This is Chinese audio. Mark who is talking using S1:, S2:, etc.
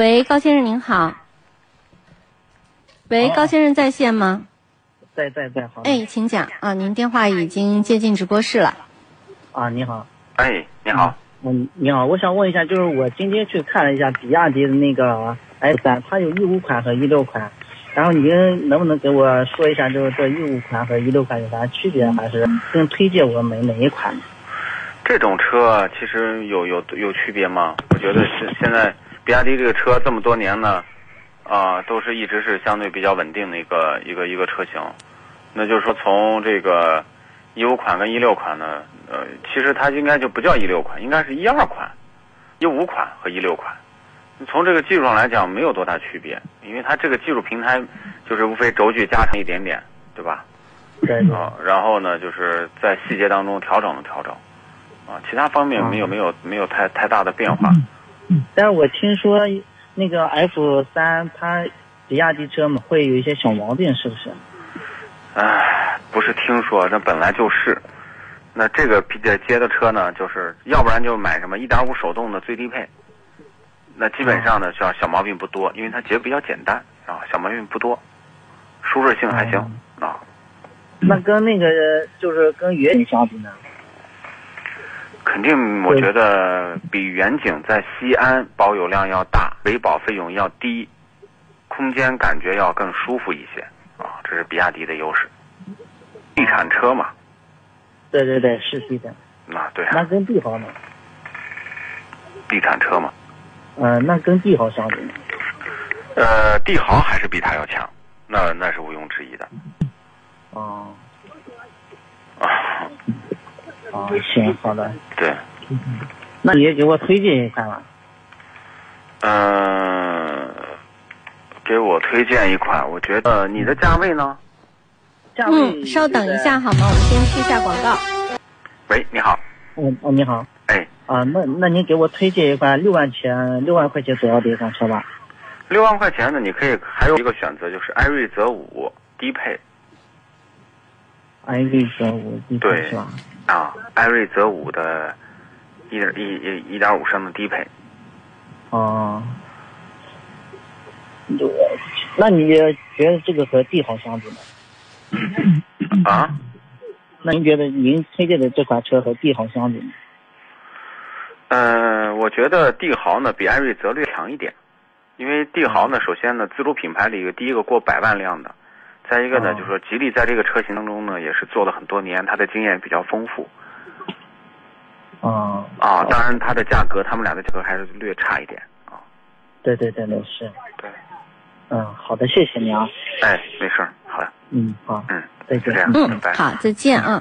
S1: 喂，高先生您好。喂，
S2: 哦
S1: 高先生在线吗？
S2: 在在在，好的
S1: 哎，请讲啊，您电话已经接进直播室了。
S2: 啊，你好，
S3: 哎，你好，
S2: 嗯，你好，我想问一下，就是我今天去看了一下比亚迪的那个 S 三，它有一五款和一六款，然后您能不能给我说一下，就是这一五款和一六款有啥区别，还是更推荐我买哪一款？
S3: 这种车其实有有有区别吗？我觉得是现在比亚迪这个车这么多年呢，啊、都是一直是相对比较稳定的一个一个一个车型。那就是说，从这个一五款跟一六款呢，呃，其实它应该就不叫一六款，应该是一二款、一五款和一六款。从这个技术上来讲，没有多大区别，因为它这个技术平台就是无非轴距加长一点点，对吧？
S2: 对，
S3: 啊，然后呢，就是在细节当中调整了调整，啊，其他方面没有没有没有太太大的变化。
S2: 但是我听说那个 F 三它比亚迪车嘛会有一些小毛病，是不是？
S3: 唉，不是听说，那本来就是。那这个比较接的车呢，就是要不然就买什么一点五手动的最低配，那基本上呢，像小毛病不多，因为它节比较简单啊，小毛病不多，舒适性还行啊。
S2: 那跟那个就是跟越野相比呢？
S3: 肯定，我觉得比远景在西安保有量要大，维保费用要低，空间感觉要更舒服一些啊，这是比亚迪的优势。地产车嘛，
S2: 对对对，是地产，
S3: 啊对
S2: 那
S3: 啊，
S2: 跟帝豪呢？
S3: 地产车嘛，
S2: 嗯、那跟帝豪相比呢？
S3: 呃，帝豪还是比它要强，那那是毋庸置疑的
S2: 哦、
S3: 啊。
S2: 哦，行，好的，
S3: 对，
S2: 那你也给我推荐一款吧。
S3: 嗯、给我推荐一款，我觉得、呃你的价位呢？
S2: 价位
S1: 嗯，稍等一下。好吗？我们先去一下广告。
S3: 喂，你好，
S2: 嗯，哦，你好。
S3: 哎，
S2: 啊，那那您给我推荐一款六万钱、六万块钱左右的一款车吧。
S3: 六万块钱的你可以还有一个选择就是艾瑞泽五低配。
S2: i v 和哎五 D
S3: 对
S2: 是吧？
S3: 啊，艾瑞泽五的一点一一一点五升的低配，
S2: 哦、对那你觉得这个和帝豪相比呢？
S3: 啊，
S2: 那您觉得您推荐的这款车和帝豪相比呢？
S3: 嗯、我觉得帝豪呢比艾瑞泽略强一点，因为帝豪呢，首先呢，自主品牌里第一个过百万辆的，再一个呢，
S2: 哦
S3: 就是说吉利在这个车型当中呢，也是做了很多年，它的经验比较丰富
S2: 啊、
S3: 啊，当然它的价格，他们俩的价格还是略差一点啊，
S2: 对对对对是。
S3: 对，
S2: 嗯，好的，谢谢你啊。
S3: 哎，没事儿，好了，
S2: 嗯，好，
S3: 嗯，
S2: 再
S3: 就
S2: 见
S3: 这。样，
S1: 嗯
S3: 拜，拜。
S1: 好，再见啊。